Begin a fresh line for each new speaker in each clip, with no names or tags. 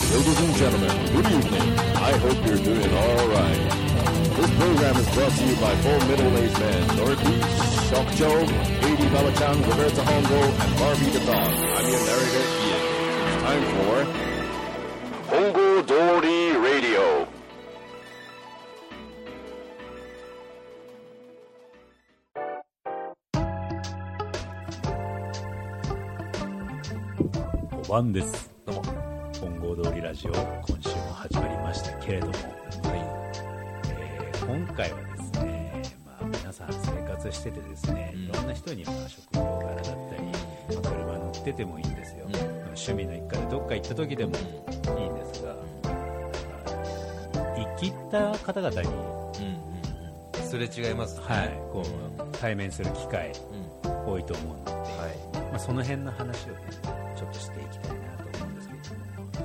Ladies and gentlemen, good evening. I hope you're doing all right. This program is brought to you by four middle-aged men, Dorothy, Shock Joe, Haiti Balachan, Roberta Hongo, and Barbie the Dog. I'm your narrator, Ian. It's time for Hongo Dory Radio.
5番です
どうも。
本郷通りラジオ今週も始まりましたけれども、
は
えー今回はですね、まあ、皆さん生活しててですね、
うん
いろんな人にまあ職業柄だったり、まあ車乗っててもいいんですよ、
うん
趣味の一環でどっか行った時でも
い。
いいんですが、生きった方々に、
うん。うん。うん。すれ違いますね。
はい、こう対面する機会
うん。
多いと思うので、
は
まあ、その辺の話をねちょっとしていきたいなと思うんですけ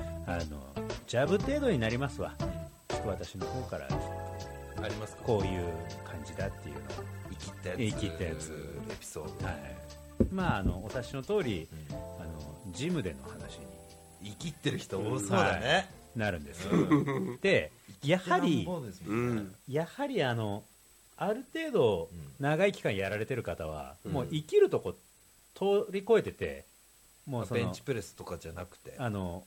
どもあのジャブ程度になりますわちょっと私の方から
い。ありますか
こういう感じだっていうの
生きったやつ。
生きったやつ
エピソー
は、
ド。
はい、まああのお察しの通り
うん
あのジムでの話に
生きってる人多そうだね。
なるんですよでやはり
そうですも
うん
ね
ん、
やはりあのある程度
うん
長い期間やられてる方は、
うん
もう生きるとこ通り越えててもうその
ベンチプレスとかじゃなくて。
あの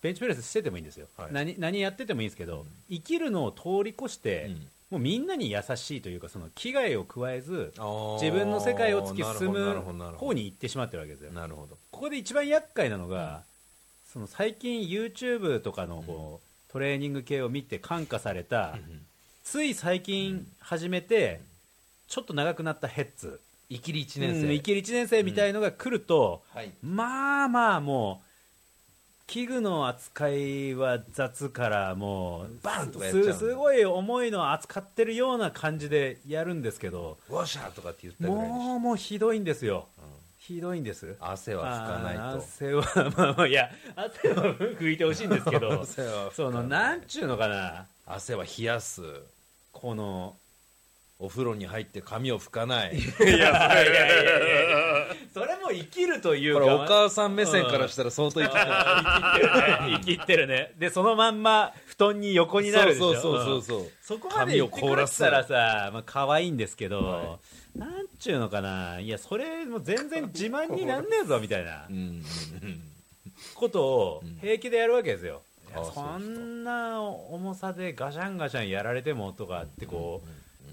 ベンチプレスしててもいいんですよ、
はい
何何やっててもいいんですけど、
うん
生きるのを通り越して、
うん
もうみんなに優しいというかその危害を加えず
あー
自分の世界を突き進
なるほどな
む
るほ
方
ど
に行ってしまってるわけですよ
なるほど。
ここで一番厄介なのが、その最近 YouTube とかのこう、トレーニング系を見て感化された、
うん
つい最近始めて、ちょっと長くなったヘッズ、
生きり1
うん
年生。
生きる1年生みたいのが来ると、
はい。
まあまあもう器具の扱いは雑からもう
バンとかやっちゃうん
す
だ
すごい重いの扱ってるような感じでやるんですけど
ウォッシャーとかって言ったぐらいにして
もうもうひどいんですよ
うん
ひどいんです
汗は拭か
あー
ないと。
汗はまあまあいや汗は拭いてほしいんですけど
汗は拭かない
そのなんちゅうのかな
汗は冷やす。
この
お風呂に入って髪を拭かな
い
い。
やいやいやいやいやそれも生きるという
こ
か
れお母さん目線からしたら相当生きてる。
生きってるねでそのまんま布団に横になるでしょ
そうそうそうそうそう
そこまで言ってくれてたら
髪を
さ、まあ、可愛いんですけど、
は
なんちゅうのかないやそれもう全然自慢になんねえぞみたいな
うんうん
ことを平気でやるわけですよ、いや
ああ
そんな重さでガシャンガシャンやられてもとかってこ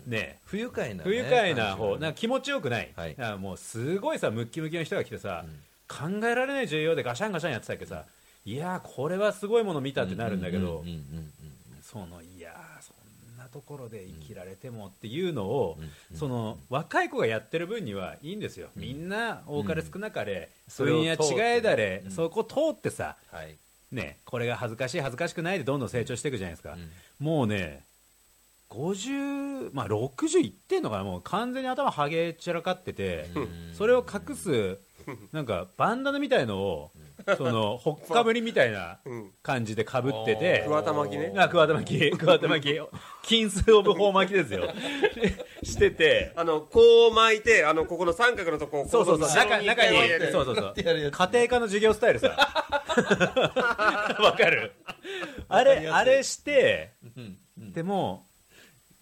うね
不愉快な、ね、
不愉快な方、
感じが
なんか気持ちよくない、
はい
なんかもうすごいさムッキムキの人が来てさ、考えられない重要でガシャンガシャンやってたけどさ、いやーこれはすごいもの見たってなるんだけど、
うんうんうん
そのいやーそんなところで生きられてもっていうのを、
うん
その若い子がやってる分にはいいんですよ、みんな多かれ少なかれ、
うん
分野
それを通って
違いだれ、
うん
そこ通ってさ、
うんはい
ね、これが恥ずかしい恥ずかしくないでどんどん成長していくじゃないですか、
うん
もうね50、まあ、60いってんのかなもう完全に頭はげ散らかってて、
うん
それを隠すなんかバンダナみたいのを、そのほっかぶりみたいな
うん
感じでかぶってて。
桑田巻きね
あ、桑田巻き、桑田巻き、金数オブ法巻きですよ。 ししてて、
あのこう巻いてあのここの三角のとこを
そうそうそう、
この後
中
ろ
中に
こうやって、
そうそうそう、
てやるやつ
家庭科の授業スタイル さ。わかるあれ、あれして、
うんうん
でも、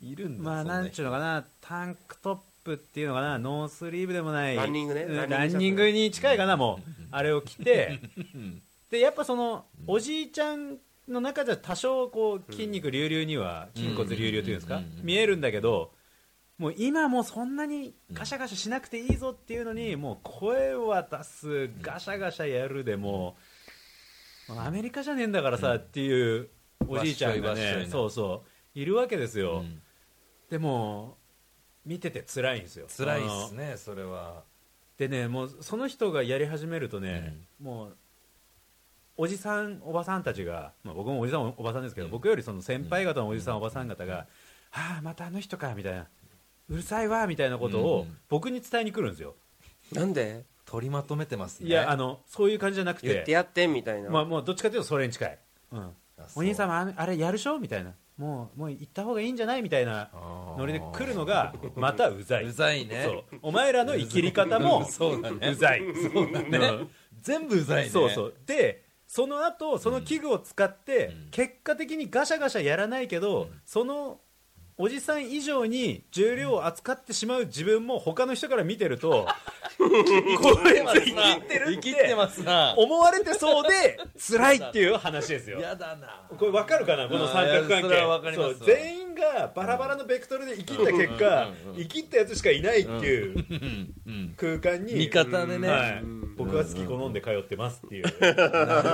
いるんだ
まあ、
そんな
なんちゅ
人
うのかな、タンクトップっていうのかな、ノースリーブでもない、
ランニングね
うん
ランニングシャツ
ランニングに近いかな、もう、あれを着て、で、やっぱその、おじいちゃんの中じゃ多少、こう、筋肉隆々には、筋骨隆々というんです
う
か
んうんうんう、ん
見えるんだけど、もう今もうそんなにガシャガシャしなくていいぞっていうのに、もう声は出す、ガシャガシャやるでもう、もうアメリカじゃねえんだからさっていうおじいちゃんが
わっしょいわっしょい
ね、
な
そうそう、いるわけですよ。
うん
でも見てて辛いんですよ
辛いっ
あ
す
の
ねそれは
でねもうその人がやり始めるとね、もうおじさんおばさんたちが、まあ、僕もおじさんおばさんですけど、
うん
僕よりその先輩方のおじさん、おばさん方が、ああまたあの人かみたいなうるさいわみたいなこと
う
を
ん
僕に伝えに来るんですよ、
なんで
取りまとめてますね
いやあのそういう感じじゃなく
言って
て
やってみたいな、
まあ、もうどっちかというとそれに近い、うん、
あそう
お兄様あのあれやるしょみたいなもうもう行った方がいいんじゃないみたいな
あー
ノリで来るのがまたうざいう
ざいね
そうお前らの生きり方も
そうだね
うざいそう
ね全部うざいね
そうそうでその後その器具を使って、
うん
結果的にガシャガシャやらないけど、そのおじさん以上に重量を扱ってしまう自分も他の人から見てる とこれはさ
生きてますな
思われてそうで辛いっていう話ですよ。
やだな
これ分かるかなこの三角関
いやそれは分
係
かります
そう全員がバラバラのベクトルで生きった結果
うんうんうんうん
生きったやつしかいないっていう
うんうん
空間に
味方でね、
はい
うん
僕は好き好んで通ってますっていう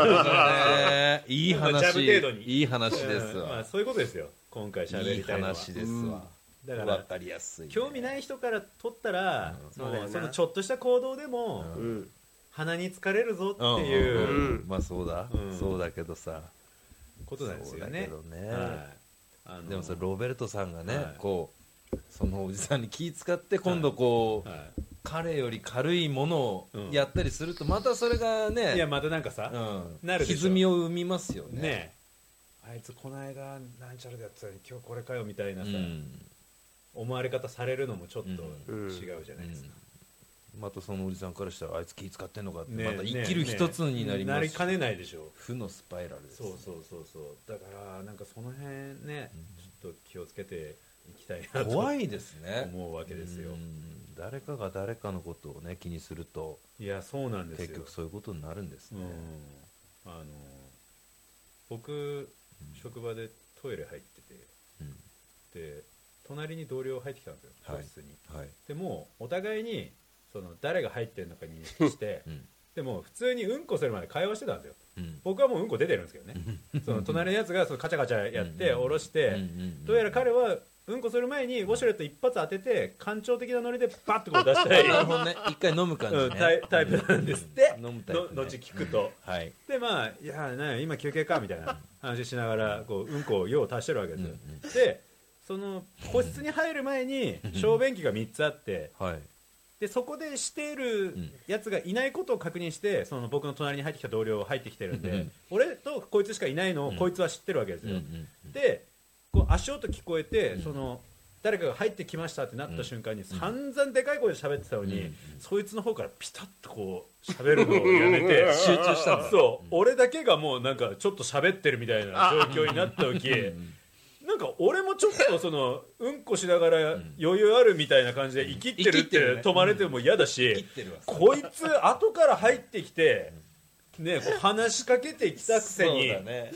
ねいい
まあジャ
話
ブ程度に
いい話です
うんまあ
わ、
そういうことですよ今回喋
いい
りたいのは
話ですわ、
だか
わ
ら
かりやすい、
興味ないい人から取ったら
う
そ
ん
う
そうだ
ね
よね
そのちょっとした行動でも
うん
うん
鼻に疲れるぞって
ん
いうん
うん
まあそうだ、
うん
そうだけどさ
ことなんですよね
そうだけどね
はいあの
でもそれロベルトさんがね、
はい
こうそのおじさんに気使って今度こう、
は
彼より軽いものをやったりするとまたそれがね、
いいやまたなんかさ
うん
なるでしょ
歪みを生みますよね
ねえあいつこの間なんちゃらでやってたのに今日これかよみたいな
う
さ、
ん、
思われ方されるのもちょっと
う
違
ん
うじゃないですか、
またそのおじさんからしたらあいつ気使ってんのかって、
ねえ
また生きる一つになります
ねえなり
し
かねないでしょ
負のスパイラルです
そうそうそうそうだからなんかその辺ね、ちょっと気をつけていきたいなと
怖いですね
思うわけですよ
うん誰かが誰かのことをね気にすると
いやそうなんですよ
結局そういうことになるんです
う
ね、
んあの僕職場でトイレ入って
うん
てで隣に同僚入ってきたんですよ
は
個
い
室に、
はい、
でもうお互いにその誰が入ってるのか認識して
うん
でも普通にうんこするまで会話してたんですよ
うん
僕はもううんこ出てるんですけどねその隣のやつがそのカチャカチャやって
うん
下ろして、
うんうんうん
どうやら彼はうんこする前にウォシュレット一発当てて官庁的なノリでバッとこう出した り、
なるほどね一回飲む感じね、
うんタイタイプなんですって
うん飲むタイ
の
プ、ね、
後聞くと。
はい
でまあ「いやなんや今休憩か」みたいな話しながらこううんこを用を足してるわけですよ、
うんうん
でその個室に入る前に小便器が3つあって
はい
でそこでしているやつがいないことを確認してその僕の隣に入ってきた同僚入ってきてるんで、
うん
俺とこいつしかいないのを
うん
こいつは知ってるわけです
うん
よ、
うん
でこう足音聞こえて、
うん
その誰かが入ってきましたってなった瞬間に、
ん
散々でかい声で喋ってたのに、
うん
そいつの方からピタッとこう喋るのをやめて
集中したんだ
そう、俺だけがもうなんかちょっと喋ってるみたいな状況になった時
ん
なんか俺もちょっとそのうんこしながら余裕あるみたいな感じで生きってるっ
生きてる
て
ね
止まれても嫌だし、
生きてるわ
こいつ後から入ってきて、ね、こう話しかけてきたくせに。
そうだね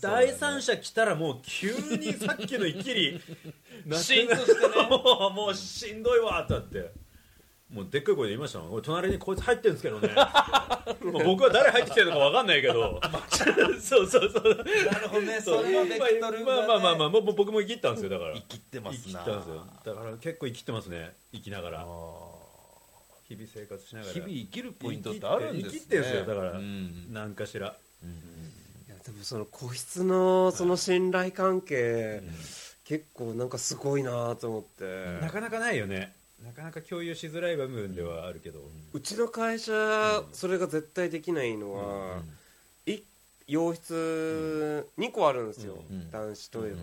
第三者来たらもう急にさっきの一き り
シーンとしてね
もうもうしんどいわってなってもうでっかい声で言いましたもん俺隣にこいつ入ってるんですけど ねもう僕は誰入ってきてるのかわかんないけどそうそうそう
なるほどね
そう
そのベクトルが、
ま
ね、
あまあまあまあもうもう僕も生きったんですよだから
生きてます
生き
な
ったんですよだから結構生きってますね生きながら日々生活しながら
日々生きるポイントってあるんですね
生きてるんですよだから
うん
なんかしら
いやでもその個室のその信頼関係、結構なんかすごいなと思って、
なかなかないよねなかなか共有しづらい部分ではあるけど、
うちの会社、それが絶対できないのは、い洋室2個あるんですよ、
うん
男子トイレ
ん
が、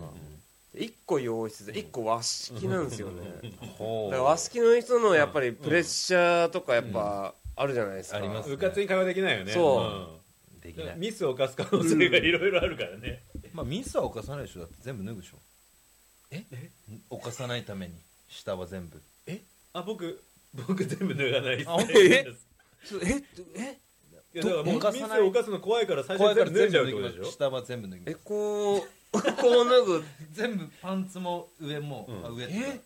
1個洋室で1個和式なんですよね、
ほう
だから和式の人のやっぱりプレッシャーとかやっぱあるじゃないですか、
うんあります
うかつに会話できないよね
そ
でき
うん
な
だから
い、
ミスを犯す可能性がいろいろあるからね、
まあ、ミスは犯さないでしょだって全部脱ぐでしょえ犯さないために下は全部
あ僕僕全部脱がないです
あ本当
いや
ええ
だからもうミ
犯
ス
さない
を犯すの怖いから最
怖
初
い
に
か
全
ら
部脱
全
いじゃうって
部脱
こと
ぎま
ですしょ
下は全部脱ぎま
え
す
こう こう脱ぐ
全部パンツも上も、
うん
あ上って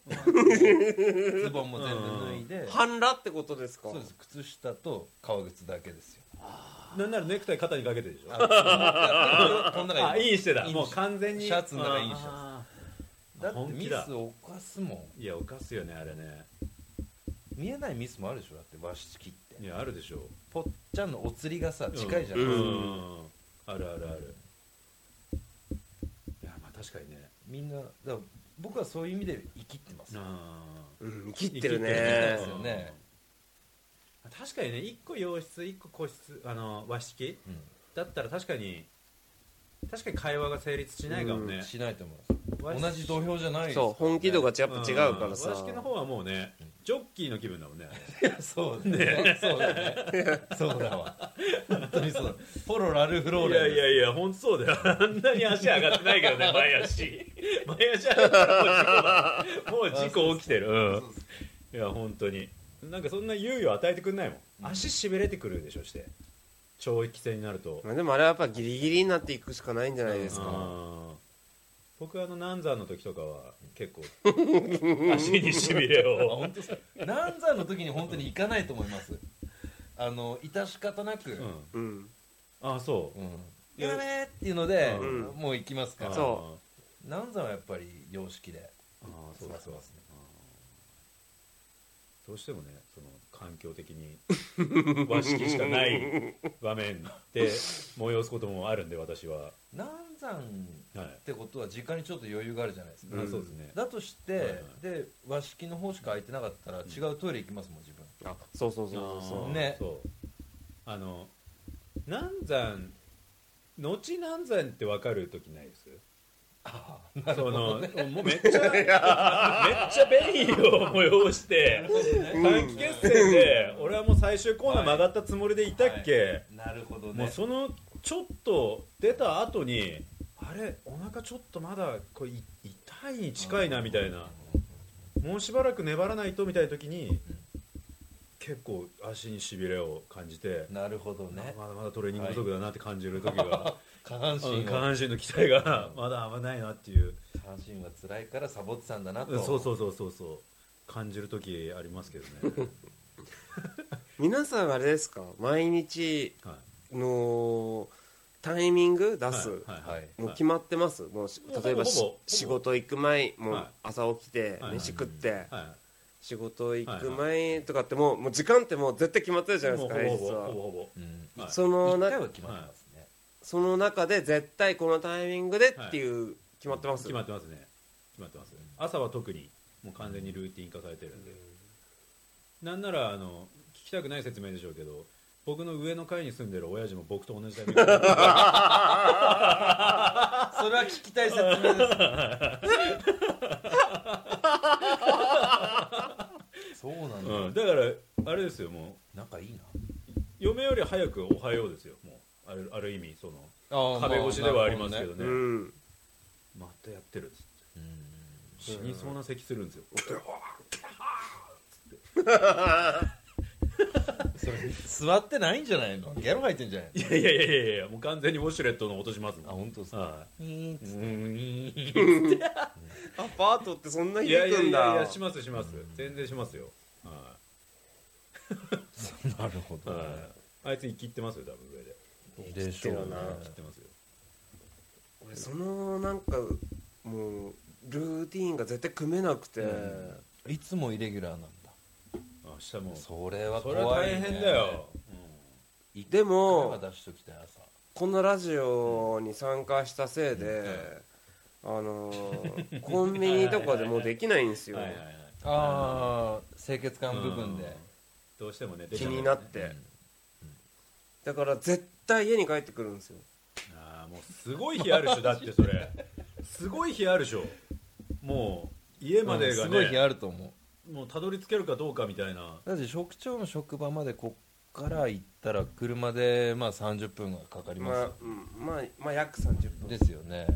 ズボンも全部脱いで、
半裸ってことですか
そうです靴下と革靴だけですよ
なんならネクタイ肩にかけてるでしょ
あこんな
あ
がいい
いいしてだ
いい
もう完全に
シャツの中いいシャツ
あ
だって
本
ミ
気だ
スを犯すも
ーいや犯すよねあれね
ん見えないミスもあるでしょだって和式って
いやあるでしょ
ぽっちゃんのお釣りがさ近いじゃない、、
うんんあるあるあるいやまあ確かにね
みんなだから僕はそういう意味で生きってます
あー
うん切ってる
生
ね
き
ですよね
確かにね1個洋室1個個室あの和式
う
だったら確かに確かに会話が成立しないかもね
ん、しないと思います同じ土俵じゃないです
そう本気度がやっぱ違うから
ん
さ
和式の方はもうねジョッキーの気分だもん ねあれ
そうだ ねそうだねそうだわ本当にそうだポロラルフロー
い
レン
やいやいや、本当そうだよ。あんなに足上がってないけどね、前足。前足上がったらもう事故だもう事故起きてる。うんいや、本当に。なんかそんな猶予与えてくんないもん。足しびれてくるでしょ、して。長期戦になると。
まあ、でもあれはやっぱギリギリになっていくしかないんじゃないですか、
あー僕あの南山の時とかは結構足にしびれ
あ
を、
本当ですか南山の時に本当に行かないと思いますあの致し方なく、
うん、
うん
あそう
うん
いや
やべえっていうので、
うん
もう行きますから
そう
南山はやっぱり様式で
あーあーそうだそうだ
すね
どうしてもねその環境的 に和式しかない場面で催すこともあるんで私は、
南山っ
はい
てことは時間にちょっと余裕があるじゃないですか、
あそうですね
だとして、
はいはい
で和式の方しか空いてなかったら違うトイレ行きますもん自分、
あそうそうそう
あ
そ
ー
う、
ね
そうあの南山後南山って分かる時ないです
あ
そのもうめっちゃめっちゃ便意を催して短期決戦で俺はもう最終コーナー曲がったつもりでいたっけ、
あなるほど
もう
ね
そのちょっと出た後にあれお腹ちょっとまだこれい痛いに近いなみたいなもうしばらく粘らないとみたいな時に結構足にしびれを感じて
なるほど
ま
ね
だまだトレーニング不足だなって感じる時が
下半身
うん下
は
半身の期待がまだ危ないなっていう
下半身は辛いからサボってたんだなと、
そうそううそうそうそう感じる時ありますけど ね、
皆さんあれですか毎日
はい、
のタイミング出す、
はいはいはい
もう決まってます、もうし
もう
例えばし
ほぼほぼ
仕事行く前も
はいう
朝起きて
はい
飯食って、
は
仕事行く前とかってもうもう時間ってもう絶対決まってるじゃないですか
いもうほ
平
ぼ
日は
ほぼほぼほぼ
ん、
ぼはい
その
一回は
な
決まりますね、
その中で絶対このタイミングでっていう決まってます、
決まってますね決まってます朝は特にもう完全にルーティン化されてるんで、なんならあの聞きたくない説明でしょうけど僕の上の階に住んでる親父も僕と同じタイミング で
それは聞きたい説明ですそうなんだ、
うん、だからあれですよも
仲いいな
う嫁より早く「おはよう」ですよもうあるある意味その
あ
壁越しではありますけどね,、
うん
またやってるっつって
うん
死にそうな咳するんですよ、
それ座ってないんじゃないのギャロ入ってんじゃないの
いやいやいやいやいやもう完全にウォシュレットの音しますもん
あ本当 ですか
は
うーん
い、うん
アパートってそんない響
やいや
くん
いやい
だ
やしますします全然しますよ、は
なるほ
い
どね、
はい、あいつ生きってますよ多分上で
でしょうね
生きってますよ
俺そのなんかもうルーティーンが絶対組めなくて、
いつもイレギュラーなんだ
明日もそ
それは
れ
怖、
はい
ね、
大変だよ、
で
声
も
は出しときたい朝
このラジオに参加したせいで、あのー コンビニとかでもうできないんですよ、
はいはいはい
ああ清潔感部分で、
どうしてもね
気になっ
出ちゃう
て、だから絶対家に帰ってくるんですよ
んだよねああもうすごい日あるでしょだってそれすごい日あるでしょもう家までが
すごい日
ね、
あると思う
もうたどり着けるかどうかみたいな
だって職長の職場までこっから行ったら車でまあ30分はかかります
まあ
よ、、
うん、まあ、まあ約30分
ですよね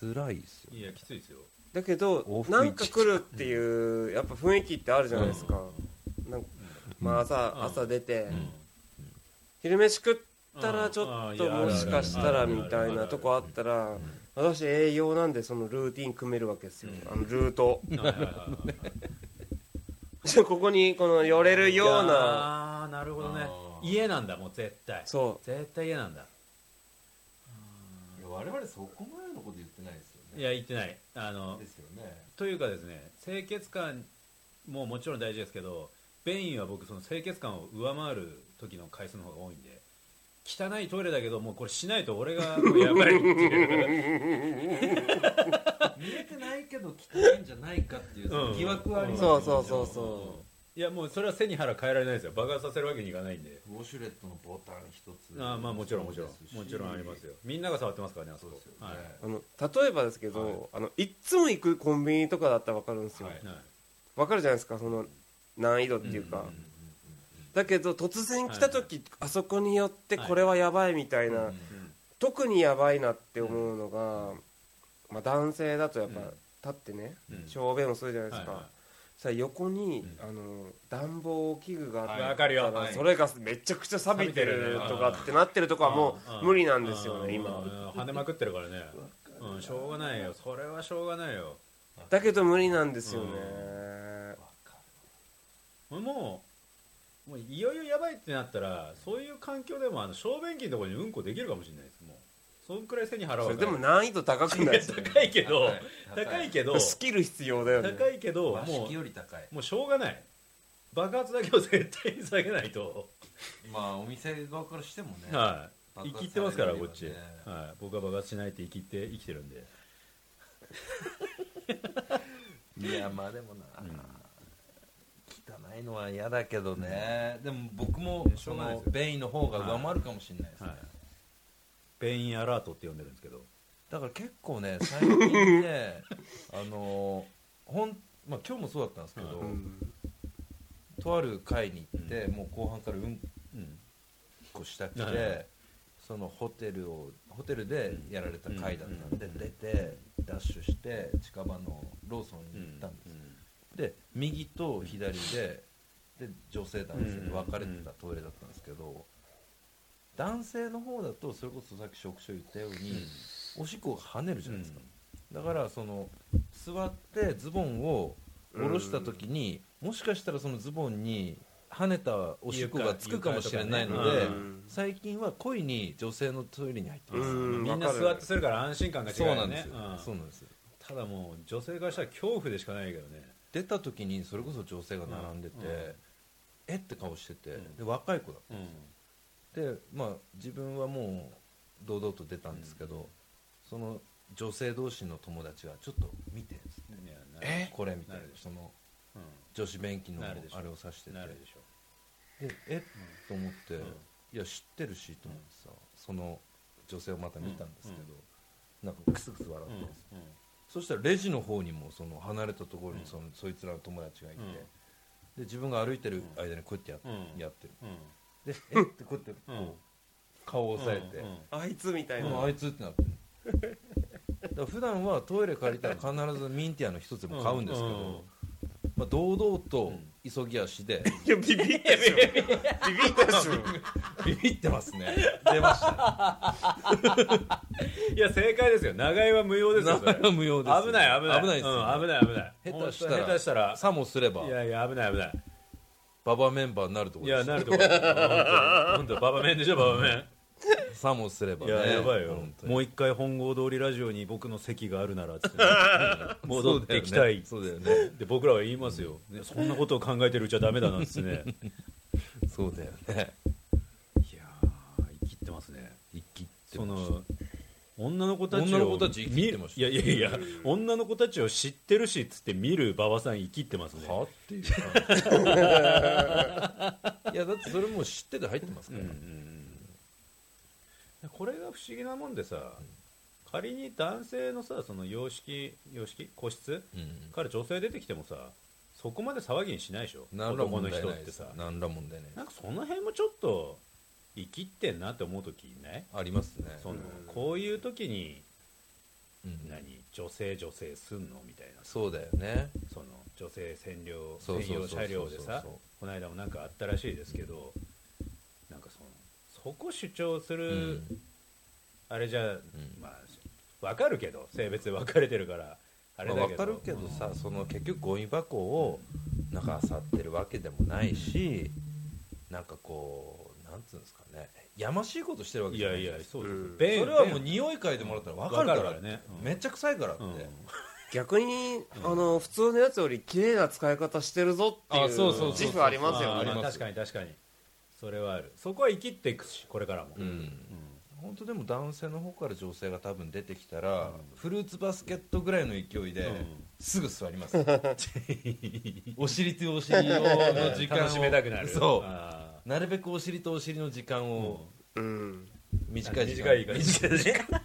辛いですよ
いやきついですよ
だけど
往復
なんか来るっていうやっぱ雰囲気ってあるじゃないですか,、なんかまあ朝、
うん
朝出て、昼飯食った
う
ら
ん
ちょ
あー
っ
い
と
や
もしかした
あるあ
ら
る
みたいなとこあったら私栄養なんでそのルーティン組めるわけですよ、あのルート
はいはいはいはい
じゃあここにこの寄れるような
ああなるほどね
あー
家なんだもう絶対
そ
絶対家なんだ
我々そこまでのこと言ってないですよ
いや言ってないあの
すよね
というかですね清潔感ももちろん大事ですけど便意は僕その清潔感を上回る時の回数の方が多いんで汚いトイレだけどもうこれしないと俺がもうやばいっていう
見えてないけど汚いんじゃないかっていう
うん
疑惑はあり
う
ます
そ
よ
う
ね
そうそうそ
いやもうそれは背に腹変えられないですよ爆発させるわけにいかないんで
ウォシュレットのボタン一つ
あーまあもちろんもちろんもちろんありますよみんなが触ってますからねあそ
そう
こ
ですよ
は
ね、
い
あの例えばですけど、い、あのいっつも行くコンビニとかだったら分かるんですよ、
はい
はい
わかるじゃないですかその難易度っていうか、だけど突然来た時、あそこによってこれはやばいみたいな、特にやばいなって思うのが、まあ、男性だとやっぱ
うん
立ってね、
うん
小便をするじゃないですか、
はいはい
さ横に、あの暖房器具があったら
わかるよはい
それがめちゃくちゃ錆びてるとかってなってるとこはも
ああ
う無理なんですよね今
うん跳ねまくってるからねうんしょうがないよそれはしょうがないよ
だけど無理なんですよね、
もうもういよいよやばいってなったらそういう環境でもあの小便器のところにうんこできるかもしれないですもうそんくらい背に腹は
それでも難易度高くないです か
高いけど
高い
高いけど
スキル必要だよね
高いけど
和
も
式より高いう
もうしょうがない爆発だけを絶対に下げないと
まあお店側からしてもね
はい
爆
生
発
きってますから
され
こ
る
っち
よね
はい僕は爆発しないって生きって生きてるんで
いやまあでもな、汚いのは嫌だけどね、でも僕も
しょ
そう
がないで
の
すよ
ベイの方が上回るかもしれないですね、
はいペインアラートって呼んでるんですけど
だから結構ね最近ね あのほん、まあ、今日もそうだったんですけど、
うん
とある会に行って、もう後半からうん
うん
こしたくて、
はい
そのホテルをホテルでやられた会だったんで、
うん
出てダッシュして近場のローソンに行ったんです、で右と左でで女性男性で分かれてたトイレだったんですけど、男性の方だとそれこそさっき職所言ったように、おしっこが跳ねるじゃないですか、だからその座ってズボンを下ろした時に、もしかしたらそのズボンに跳ねたおしっこがつくかもしれないので、
床床とかね
うん
最近は故意に女性のトイレに入って
う
ます、
ん
みんな
わかる
座ってするから安心感が違う
そうな
よ
んで
ね
すよ、そうなんですよ
ただもう女性からしたら恐怖でしかないけどね
出た時にそれこそ女性が並んでて、
うんうん
えって顔してて、
ん
で若い子だっ
うん
たでまあ自分はもう堂々と出たんですけど、その女性同士の友達がちょっと見てっつって
いやな
これみたいな
なるでしょ
その
う
女子便器の
なるでしょ
あれを指して
ん
て
なるでしょ
でえっと思って、
ん
いや知ってるしと思ってさその女性をまた見たんですけど、なんかクスクス笑って
うん
たんですよ、そしたらレジの方にもその離れたところにその、そいつらの友達がいて、
うん
で自分が歩いてる間にこうやってや,、
うん
やってる
うん
でえってこうやって
うんうん
顔を押さえて、
うんうん
あいつみたいな、
もうあいつってなってるだから普段はトイレ借りたら必ずミンティアの一つでも買うんですけど、
うんうん
まあ、堂々と急ぎ足で、
いやビビったっしょビビったっしょ
ビビってますね出ました
いや正解ですよ長居は無用ですよそれ
長居は無用です
危ない危ない
危ないですよ
うん危ない危ない
下手したら
下手したら
さもすれば
いやいや危ない危ない
ババメンバーになるとこ
い
ろで
や
すよ
なるとこ本当ババメンでしょババメン
さもすれば
い
ね
や、やばいよ
本当に
もう一回本郷通りラジオに僕の席があるならっつ ってね戻ってきたい
そうだよね
で僕らは言いますよ、ねそんなことを考えてるうちはダメだなんつってね
そうだよね
いやー生きってますね
生きって
そ
ま
の女の子たちを
女の子たち生きてました
見るいやいやいや女の子たちを知ってるしっつって見る馬場さん生きってますね
すはっていう感じ いやだってそれもう知ってて入ってますから、
これが不思議なもんでさ仮に男性のさその様式様式個室、
うん
から女性出てきてもさそこまで騒ぎにしないでしょ
何ら
男の
問題
人
な
っ
い
て
です
さ
何ら問題ないです
なんかその辺もちょっと生きってんなって思う時ない
ありますね
その
うん
こういう時に
うん
何女性女性すんのみたいな
そうだよね
その女性専用
そう
専
そう
用
そうそう
車両で
そうそう
さ
そう
この間もなんかあったらしいですけどなんかそのそこ主張す
う
る
ん
あれじゃまあわかるけど性別で分かれてるからあれ
ま
だ
あ、わ
け
かる
ど
けどさその結局ゴミ箱をなんか漁ってるわけでもないしなんかこうなんつうんですかねやましいことしてるわけ
い
じゃ
や
ない
い
じゃ
や
ないですか
そう
うん
ですよ
それは
便
もう匂い嗅いでもらったらわかるから
わかるからねうん
めっちゃ臭いからって、
うん
逆にあの普通のやつより綺麗な使い方してるぞっていう
あそうそうそうそう
自負あります
あ
よ
ー
ね
ります
確かに確かにそれはあるそこは生きっていくしこれからも、
うん本当でも男性の方から女性が多分出てきたら、フルーツバスケットぐらいの勢いで、
ん
すぐ座り ますお尻とお尻をの時間を
楽しめたくなる
そ
あ
うなるべくお尻とお尻の時間を
うん
ー
短い時間、
短いから短い時間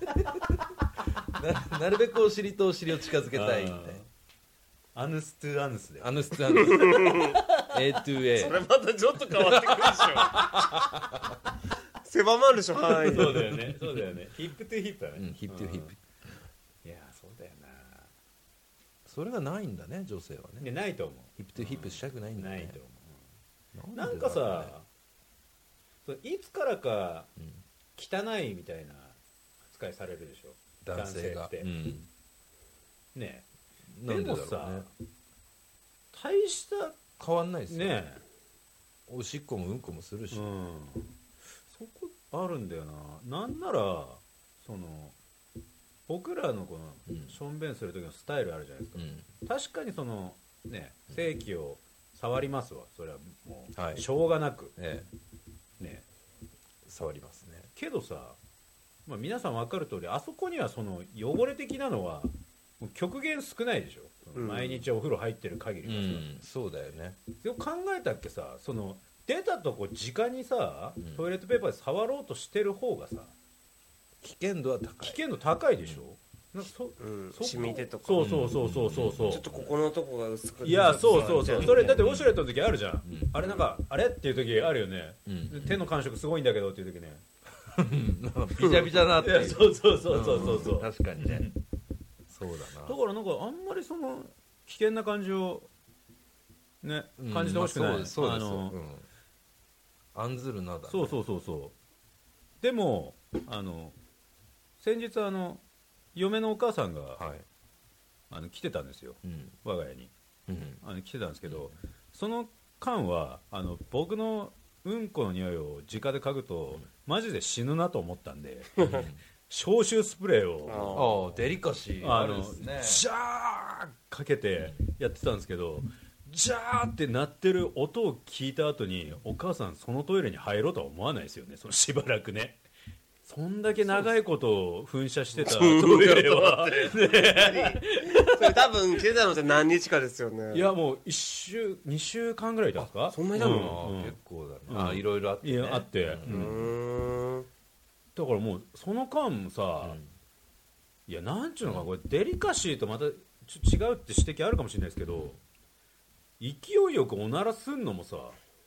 ななるべくお尻とお尻を近づけたいみたいな
あ アヌス・トゥ・アヌスで
アヌスツアヌス A to A
それまたちょっと変わってくるでしょ狭まるでしょ範囲
そうだよねそうだよねヒップ・トゥ・ヒップだね、
うんヒップトゥヒップ
いやそうだよな
それがないんだね女性はね
でないと思
ヒップトゥヒップしたくない
うん
だ
ない
ね
と思う
でだ
な
ろうん
か
ね
さそういつからか
うん
汚いみたいな扱いされるでしょ
男性が
男性って
うん
ね
な
で
んでだ
も
ろう
さ
ね
大した
変わんないですよ
ね
おしっこもうんこもするし
うんそこあるんだよななんならその僕らのこ
う
の
ん
しょんべんする時のスタイルあるじゃないですか、
うん
確かにそのね性器を触りますわそれはもう、
はい
しょうがなく
ええ
ね
触りますね
けどさ、まあ、皆さん分かる通りあそこにはその汚れ的なのはもう極限少ないでしょ、
うん
毎日お風呂入ってる限り
う
はさ、
んそうだよね
よく考えたっけさその出たとこ直にさ
ん
トイレットペーパーで触ろうとしてる方がさ
危険度は高
危
い
険度高いでしょ、なんかそ
うん
そこ
染み手とか
そうそうそうそうそうそう、
ちょっとここのとこが薄く
いやそうそうそうそれだってウォシュレッ
ト
トの時あるじゃん、
うん
あれなんかあれっていう時あるよね、
うん
手の感触すごいんだけどっていう時ね
ビチャビチャなっ
い
てい
や
う
そうそうそうそうそうそう、
ん確かにねそうだ
だ
な
からなんかあんまりその危険な感じをね
うん
感じてほしくない、
まあそうですそう
あ
です
の
うん案ずるなだね
そうそうそうそうでもあの先日あの嫁のお母さんが、
はい
あの来てたんですよ
うん
我が家に
うん
あの来てたんですけど、その間はあの僕のうんこの匂いを直で嗅ぐと、マジで死ぬなと思ったんで消臭スプレーを
あ
ああデリカシー
あ
あ
の
る
ジャーかけてやってたんですけど、ジャーって鳴ってる音を聞いた後にお母さんそのトイレに入ろうとは思わないですよねそのしばらくねそんだけ長いことを噴射してたトイレは
それ多分出たのって何日かですよね
いやもう1週2週間ぐらいいたんですか
そんなになる
あ
の
あ
うんうん
結構だ
うん
なああいろいろあって
い
ね
やあって、う
うんーん
だからもうその間も
う
さ、
ん
いやなんちゅうのかこれデリカシーとまたちょ違うって指摘あるかもしれないですけど勢いよくおならすんのもさ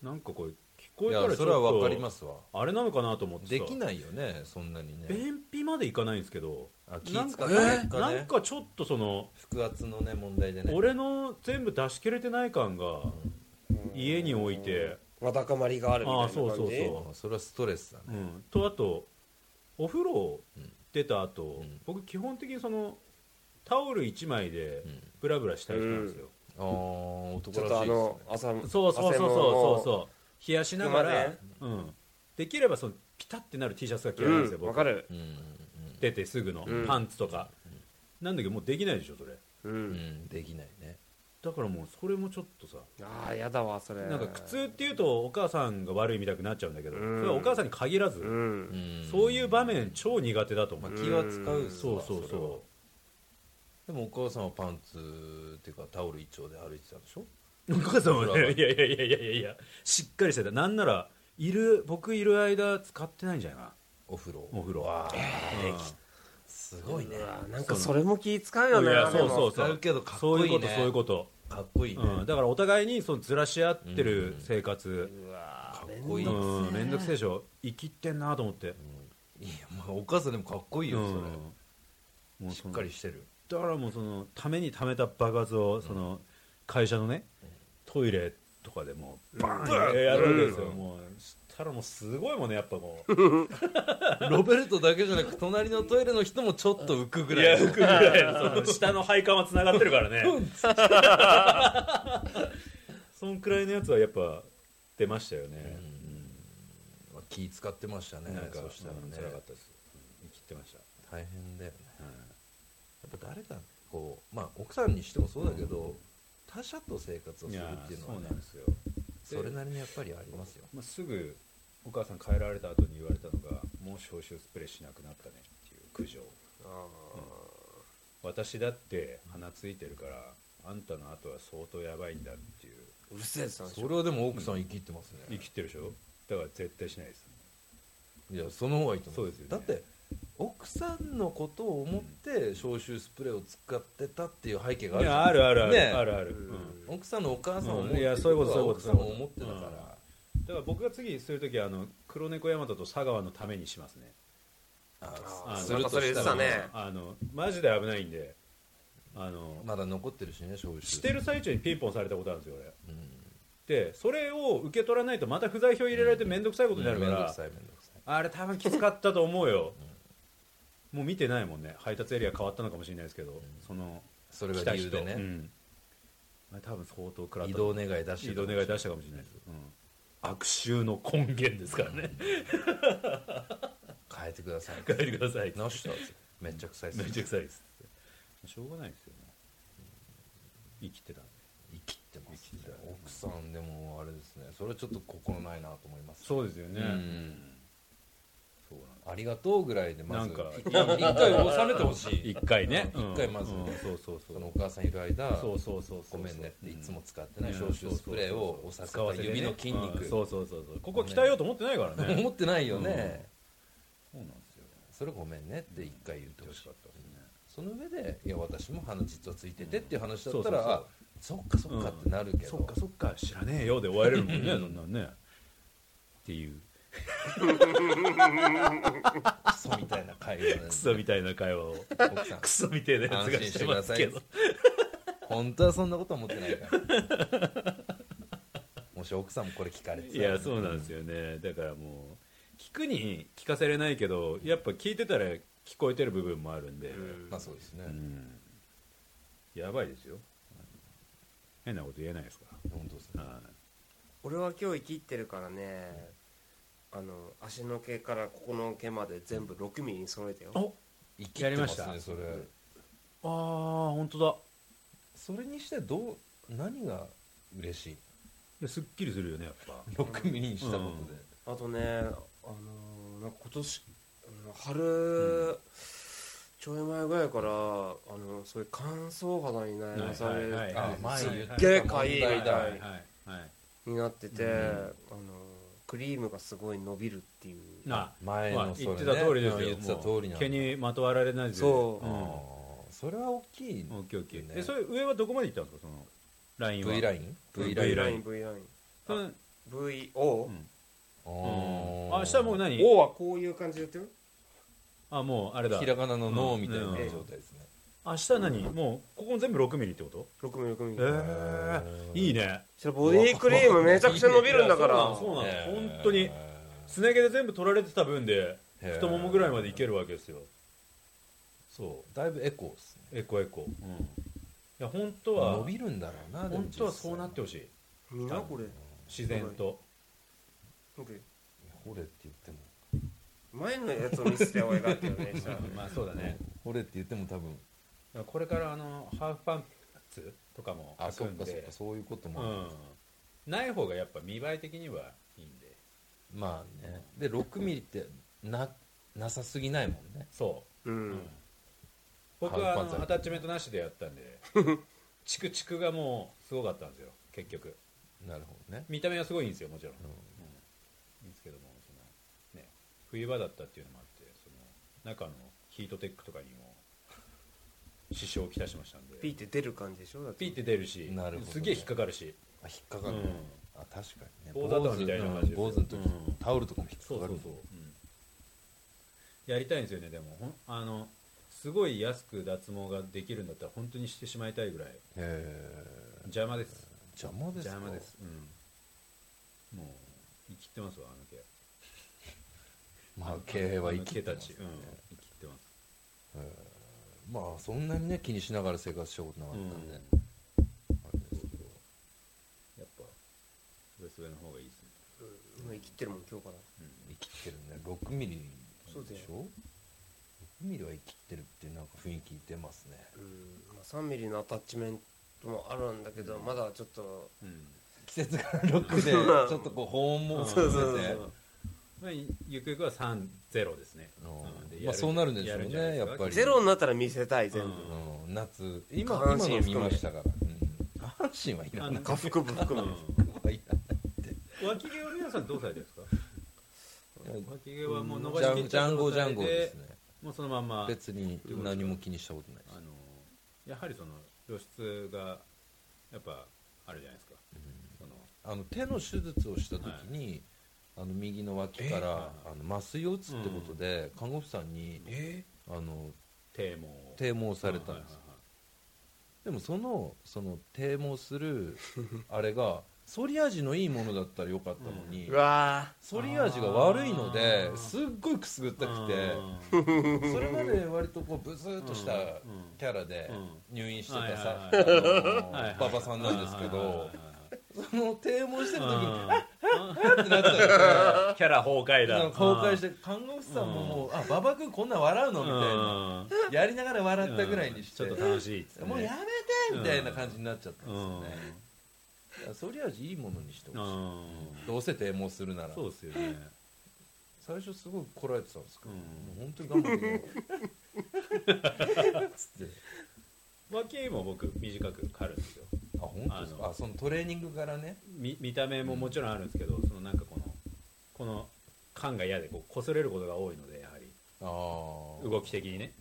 なんかこれ聞こ
い
えたらちょっと
やそれはわかりますわ
あれなのかなと思ってさ
できないよねそんなにね
便秘までいかないんですけど
あ気
なん
使っ
か,、
てね
なんかちょっとその
腹圧のね問題でね
俺の全部出し切れてない感が家において、
わだかまりがあるみたいな
ああ
感じ
そうそうそう
ああそれはストレスだね
うん、とあとお風呂出た後、
うん
僕基本的にそのタオル1枚で
うん
ブラブラしたりしたんですよ、
ああ男
ちょ
ら
っと
し
あ
いです
の朝そう
そうそうそうそうそうそう冷やしながら、
ね
うん、できればそのピタってなる T シャツが
う
嫌いなんですよ、
ん
僕
わかる
ね
出てすぐの、
うん
パンツとか、なんだけどもうできないでしょそれ
う
うんうんんできないね
だからもうそれもちょっとさ
ああやだわそれ
なんか苦痛っていうとお母さんが悪いみたくなっちゃうんだけど、
うん
それはお母さんに限らず、
うん
そう
い
いう場面超苦手だと思
ま
う、
あ
ん
気は使うっす
そう
わ
そう
れは
そ
でもお母さんはパンツっていうかタオル一丁で歩いてたんでしょ
うお母さんは
それ
ね
はい
やいやいやいやいやいやしっかりしてたなんならいる僕いる間使ってないんじゃないか
お風呂
なお風呂は、うん
すごいね
うわなんかそれも気使うよね
いや
でも
そうそう
使うけどかっ
そう
こ
いう
い
こ
い
と
ね
そういうこと
とかっこいいね
うん、だからお互いにそのずらし合ってる生活、
うわ
か
ー
っこいい
うん面
ね
倒めんどくせえでしょ生きってんなと思って、
いやまあお母さんでもかっこいいよそ
うんもう
れ
そ
しっ
の
かりしてる
だからもうそのためにためた爆発をその会社のねトイレとかでもうバーンってやるわけですよ、もうしたらもうすごいもんねやっぱもう
ロベルトだけじゃなく隣のトイレの人もちょっと浮くぐ
い
ら
や
い
浮くぐらいのその下の配管はつながってるからね そんくらいのやつはやっぱ出ましたよね、
まあ気使ってましたね
なんか
そしたら
うん
ね
辛かったです生きってました
大変だよねやっぱ誰かこうまあ奥さんにしてもそうだけど他者と生活をするっていうのは
そ
ね
うなんですよ、
それなりにやっぱりありますよ
まあ、すぐお母さん帰られた後に言われたのがもう消臭スプレーしなくなったねっていう苦情私だって鼻ついてるからあんたの後は相当やばいんだっていう
うるせえさ
それはでも奥さん生きってます
生
ね
きってるでしょだから絶対しないです
いやその方がいいと思
そう
う
ですよね
だって奥さんのことを思って消臭スプレーを使ってたっていう背景があ
い
るじゃん
やあるあるある、
ね
あるある、
奥さんのお母さんを思
う
っ
んい
て
やそういうことそういうこと
僕は奥さんを思ってたから、
だから僕が次するときはあの黒猫大和と佐川のためにしますね
あ
あ
す
なん
る
か
と
それ
し
言
た
ってた
ら
ね
あのマジで危ないんであの
まだ残ってるしね消臭
してる最中にピンポンされたことあるんですよ俺
うん
でそれを受け取らないとまた不在票入れられて面倒くさいことになるか
めんど
ら
く、さいめんどくさい
あれ多分きつかったと思うよ、もう見てないもんね配達エリア変わったのかもしれないですけど、その
それ
来
が
た
理由
人
で
う
ね、
んあれ多分相当食らった
移動願い出して
移動願い出したかもしれないです、うん、悪臭の根源ですからね
変えてください
帰ってください
直したんですよめっちゃ臭いっす
め
よ
んどくさいですってしょうがないですよね生きてたんで
生きてますね奥さんでもあれですねそれはちょっと心ないなと思います
そうですよね、
うんありがとうぐらいでまず
なんか
一回一回収めてほしい
一回ね
うん一回まずね
うんそうそうそ
そうのお母さんいる間
そうそうそうそう
ごめんねっていつも使ってない
うん
消臭スプレーを押させ
使わせ
た
てね
指の筋
うん
肉
そうそうそうそうここ鍛えようと思ってないからね
思ってないよね
そうなんですよ
それごめんねって一回言ってほしかったその上でいや私も鼻実はついててっていう話だったら
うん
あそっかそっかってなるけ
そっ
ど
かそっか知らねえよで終われるもんねそんなんねっていう
クソみたいな会話なんで
クソみたいな会話を
奥さん
クソみたいなやつがしてますけど
安本当はそんなことは思ってないから もし奥さんもこれ聞かれて
い
たら
やそうなんですよねだからもう聞くに聞かせれないけどやっぱ聞いてたら聞こえてる部分もあるんで、
まあそうですね、
うんやばいですよ変なこと言えないですか
本当ですね
ら、はい
俺は今日生きってるからねあの足の毛からここの毛まで全部6ミリに揃えてよ
お
生きてます
やり
ね
ま
それ
あー本当だい
それにしてどう何が嬉しい
やすっきりするよねやっぱ
6ミリにしたことで、
あとねあのーなんか今年あの春、ちょい前ぐらいからあのそういう乾燥肌に悩まされ
はいはい
る
はい
あ前言
は
っ
い
て
でかい
問
はい
題だ
は
はいい
はい
になってて、
うん
あのクリームがすごい伸びるっていう
な
前の
まあ
それ
言っ
ね
てた通りですよ
うん言ってた通り
も
な
うん
だ
毛にまとわられないです
そ
あ
ん
ーそれは大きい
オッケーオッケー
ね
えそれ上はどこまで行ったんですかそのラインは
V ライン
V ライン
V ライン V ライン
そのうんう
あ
VO、
ん
ー
あ下もう何
O はこういう感じでやってる
あもうあれだ
ひらがなの脳みたいな
うん
状態ですね、
明日何もうここも全部6ミリってこと
6ミリ6
え
ミリ
ー、いいね
それボディクリームめちゃくちゃ伸びるんだから
いやそうなのそうなの本当にすね毛で全部取られてた分で太ももぐらいまでいけ
る
るわけですよそ
だいぶエコーですね
うエコエコ、うん、いや本当は
伸びるんだろうなでも
本当はそうなってほ
い
しい
みんなこれ
自然と
なんか
掘れって言っても
前のやつを見せておいがってよね
まあそうだね
掘れって言っても多分
これからあのハーフパンツとかも
あ
履
そ
く
っ
ん
かそっ
で
かそういうこと
う
も、
んない方がやっぱ見栄え的にはいいんで
まあねで6ミリってななさすぎないもんね
そうう、
ん
僕はあ
ハーフパンツ履い
の
て
アタッチメントなしでやったん でチクチクがもうすごかったんですよ結局
なるほどね
見た目はすごいいいんですよもちろん、
うん
いいんですけどもその、ね、冬場だったっていうのもあってその中のヒートテックとかにも支障をきたしましたんで
ピーって出る感じでしょだ
ピーって出るし
なるほど
すげえ引っかかるし
あ引っかかる、
う
ね
ん
あ確かにね
棒砂糖みたいな感じですよ
坊主の時、
うん
タオルとかも引っか
そうそ
か
う
る
そう
もん、
うんやりたいんですよねでもほんあのすごい安く脱毛ができるんだったら本当にしてしまいたいぐらい
へえ
邪魔です
邪魔ですか
邪魔です、うん、もう生きてますわあの毛
まあ経営は生きて
あ
ま
の毛た
す
ち、
ね
うん、生きてます
まあそんなにね気にしながら生活したことなかったんで、
うん
あれですけど
やっぱそれそれの方がいいですね
今生きてるもん今日から
生きてるね6ミリ
そうだ
で
よ
しょ6ミリは生きてるっていうなんか雰囲気出ますね
うんまあ3ミリのアタッチメントもあるんだけどまだちょっと
うん
季節が6でちょっとこう保温も
そうそう
含めて
そう
まあ、ゆくゆくは30ですね、
うん
で
まあそうなるんでしょうね
やるじゃないですか
やっぱり
ゼロになったら見せたい全
うん
うん夏今
下半
今
身
の見
含め
ましたから、うん、下半身はいら
あの
ない
部下腹部含
うん
む
はいらない
脇毛は皆さんどうされてるんですか
いや
脇毛はもう伸ば
ジ
し
ャ
きっ
ンジャンゴジ
状
ャ
態
ンゴですね
もうそのまんま
別に何も気にしたことないです
あのやはりその露出がやっぱあるじゃないですか、その
あの手の手術をした時に、あの右の脇からあの麻酔を打つってことで、看護婦さんに、あの
堤も
堤防されたんですよ、でもそのその堤防す るあれが反り味のいいものだったらよかったのに、
うわ
反り味が悪いので
あー
すっごいくすぐったくて
て
それまで割とこうブスーっとしたキャラで
うん
入院してたさあ
はい
の馬場さんなんですけどその堤防してる時にあってなっちゃう
キャラ崩壊だ
崩壊して看護婦さんももう「あ馬場君こんなん笑うの?」みたいなやりながら笑ったぐらいにして
ちょっと楽しいっつって、
もうやめてみたいな感じになっちゃったん
う
ですよ
ん
ねいやそりゃいいものにしてほしいどうせ堤防するなら
そうですよね
最初すごくこらえてたんですけど、
う
も
ん
う本当に頑張ってつって
脇も僕短く刈るんですよ
あ本当です
あ
かあそのトレーニングからね
見見た目ももちろんあるんですけど、そのなんかこのこの感が嫌でこう擦れることが多いのでやはり
ああ
動き的にね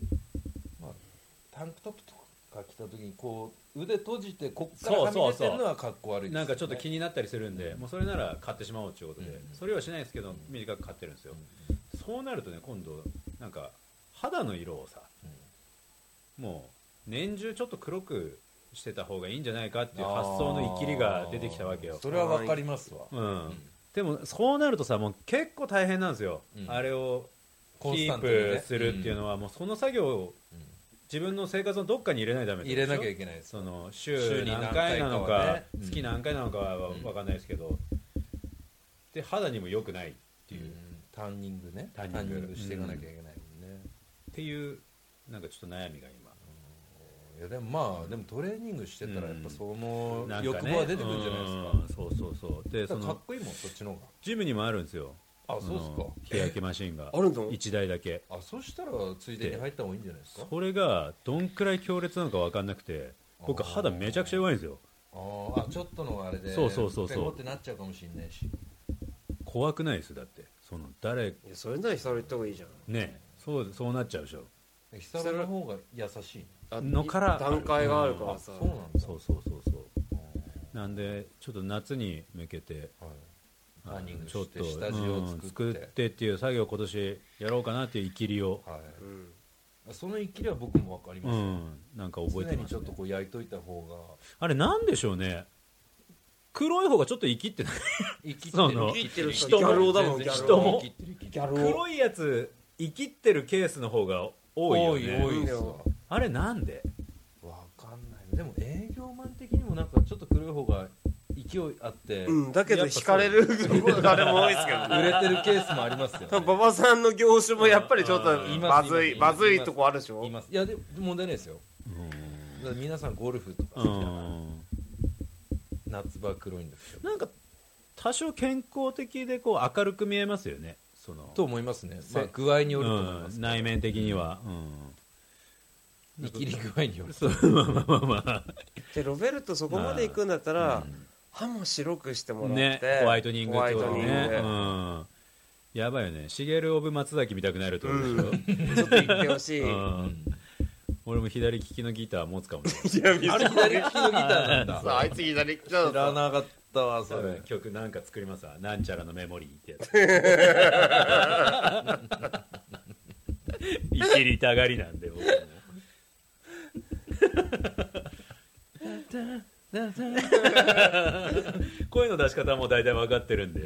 タンクトップとか着た時にこう腕閉じてこっからはみ出てるのはかっこ悪いですよね、
なんかちょっと気になったりするんで、もうそれなら買ってしまおうということで、
うん
それはしないですけど短く買ってるんですよ、そうなるとね今度なんか肌の色をさもう年中ちょっと黒くしてた方がいいんじゃないかっていう発想のいきりが出てきたわけよ
それはわかりますわ、
うん、でもそうなるとさもう結構大変なんですよ、
うん
あれをキ
コンスタン
ー
トにね
プするっていうのは、もうその作業を
うん
自分の生活のどっかに入れないとダメって
入
ことでしょ
れなきゃいけないです
その
週
週
に
何
何
回な
回かはね
のか
うん
月何回なのかは
うん
分かんないですけどで肌にも良くないって
う
いうん
タンニングね
タンニング
していかなきゃいけないもんね、
っていうなんかちょっと悩みが今
いやでもまあでもトレーニングしてたらやっぱその
なん
欲
かね
望は出てくるんじゃないですか,、
うんそうそうそうでそ
かっ
の
こいいもんそっちの方
ジムにもあるんですよ
があそうっすか
の日焼けマシンが
あるの
1台だけ
あそしたらついでに入った方がいいんじゃないですか
それがどんくらい強烈なのか分かんなくて僕
あー
肌めちゃくちゃ弱いんですよ
あーあちょっとのあれで
そうそうそうそう
ペコってなっちゃうかもしれないし
怖くないですだってその誰
いやそれなら久々行った方がいいじゃん
ねそうそうなっちゃうでしょ
久々の方が優しい
あ
のから
段階があるか
あ
らさ
そうなんだ
そうそうそうそうなんでちょっと夏に向けて
はい、タンニング
ちょっ
し
と
て下地を作って,、
うんってっていう作業を今年やろうかなっていう生きりを、
は
うん
い、その生きりは僕も分かり
う
ます、
ん、なんか覚えて
常
ま
にち
す、
ょっ
ね
と、こう焼いといた方が
あれなんでしょうね黒い方がちょっと生きってない
生き
その
生きてる人
人も
ギャル男だもんギ
全然
ャ
人
ル
も
生きてる生きてる
ギャル男
黒いやつ生きってるケースの方が多いよね
多い多いっすわ
あれなんで
わかんないでも営業マン的にもなんかちょっと黒い方が勢いあって、
うんだけど
やっぱそう
惹かれるあれも多いですけ どね
売れてるケースもありますよ、ね、
多分馬場さんの業種もやっぱりちょっと
うん
まず
い
い
ますいます
まずいとこあるでしょ
いますいやでも問題ないですよだから皆さんゴルフとか
う
好きだから
ん
夏場黒いんですよ
なんか多少健康的でこう明るく見えますよねその
と思いますね、まあ
せ、
具合によると思いま
う
す
ん、内面的には、うん、
生きり具合による
そうまあまあまあまあ
でロベルトそこまで行くんだったら歯も白くしてもらっ
ね
て
ホワイトニング
ホ
っ
ワ
て
イ
こ
ト
と
ニング
ね、
で
うん、やばいよねシゲル・オブ・松崎見たくなるってことでしょ、
うんちょっと行ってほしい
う
い
ん俺も左利きのギター持つかもし
や見
あれ
せ
左利きのギターなんだ
さああいつ左利きだ
知ら
ぞ
なかったわそ
れない
れ
曲なんか作りますわなんちゃらのメモリーって やついきりたがりなんで 僕も声の出し方はもう大体分かってるんで、い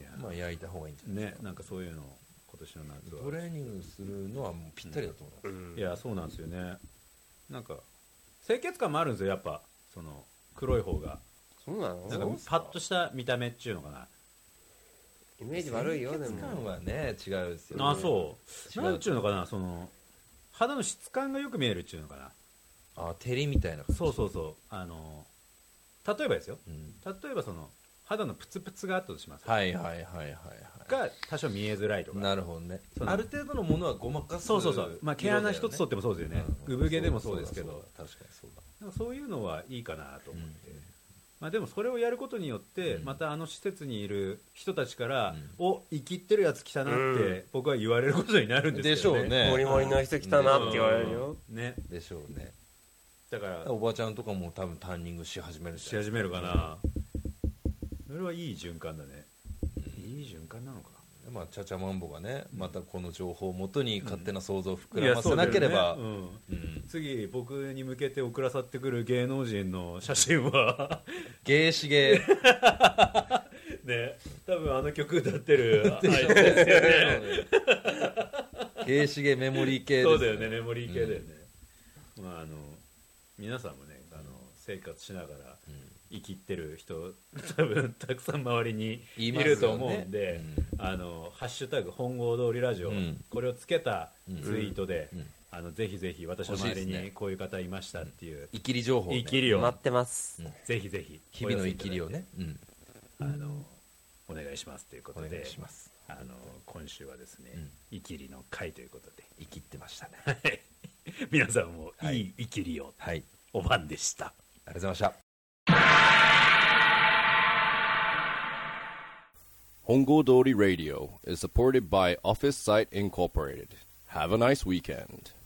や
まあ焼いた方がいいんじゃない
ねなんかそういうのを今年の夏は
トレーニングするのはもうぴったりだと思う、
うん
いやそうなんですよねなんか清潔感もあるんですよやっぱその黒い方が
そうなの
なんかパッとした見た目っていうのかな
イメージ悪いよで
清潔感
も
はね違うですよね
あそう
違
な
う
んちゅうのかなその肌の質感がよく見えるっていうのかな
あ照りみたいな感じ
そうそうそうあの例えばですよ
うん
例えばその肌のプツプツがあったとします、
はいはいはいはいは
が多少見えづらいと
い
か
なるほどね
そう
ある程度のものはごまかす
そうそうそう、まあ、毛穴一つと
と
ってもそうですよね、産毛でもそうですけど
確かにそうだ
なんかそういうのはいいかなと思って、まあ、でもそれをやることによって、
うん
またあの施設にいる人たちから、
うん
お生きってるやつ来たなっ
うん
て僕は言われることになるん
で
で
し
すよ
ょ
ね。
うね
モリモリの人来たなって言われるよ
ね
でしょうね
だから
おばちゃんとかも多分ターニングし始める
し
し
始めるかな、それはいい循環だね、いい循環なのか
まあちゃちゃまんぼがねまたこの情報をもとに勝手な想像を膨
い
ら
や
ま
そ
せ
うだよ
な
ね
ければ、
うん
うん
次僕に向けて送らさってくる芸能人の写真は
ゲーシゲー
ね多分あの曲歌ってるあいつですよね
ゲーシゲメモリー系です
そうだよねメモリー系だよね、まああの皆さんもねあの生活しながら
うん
生きってる人多分たくさん周りにい
いますよね
ると思うんで、
うん
あのハッシュタグ本郷通りラジオ、
うん
これをつけたツイートで、
うん
あのぜひぜひ私の
欲しい
周
です
り
ね
にこういう方いましたっていう
生きり情報ね、
生きりを、
待ってます
ぜひぜひ
日々の生きりをね、うん、
お寄せいただいてあのお願いしますというこ
お
と
願
で
いします
あの今週はですね、
うん
イキリの会ということで
生きってましたね
皆さんも
はい
いいイキリを
はい
お晩でした、
ありがとうございました
Hongo Dori Radio is supported by Office Site Incorporated. Have a nice weekend.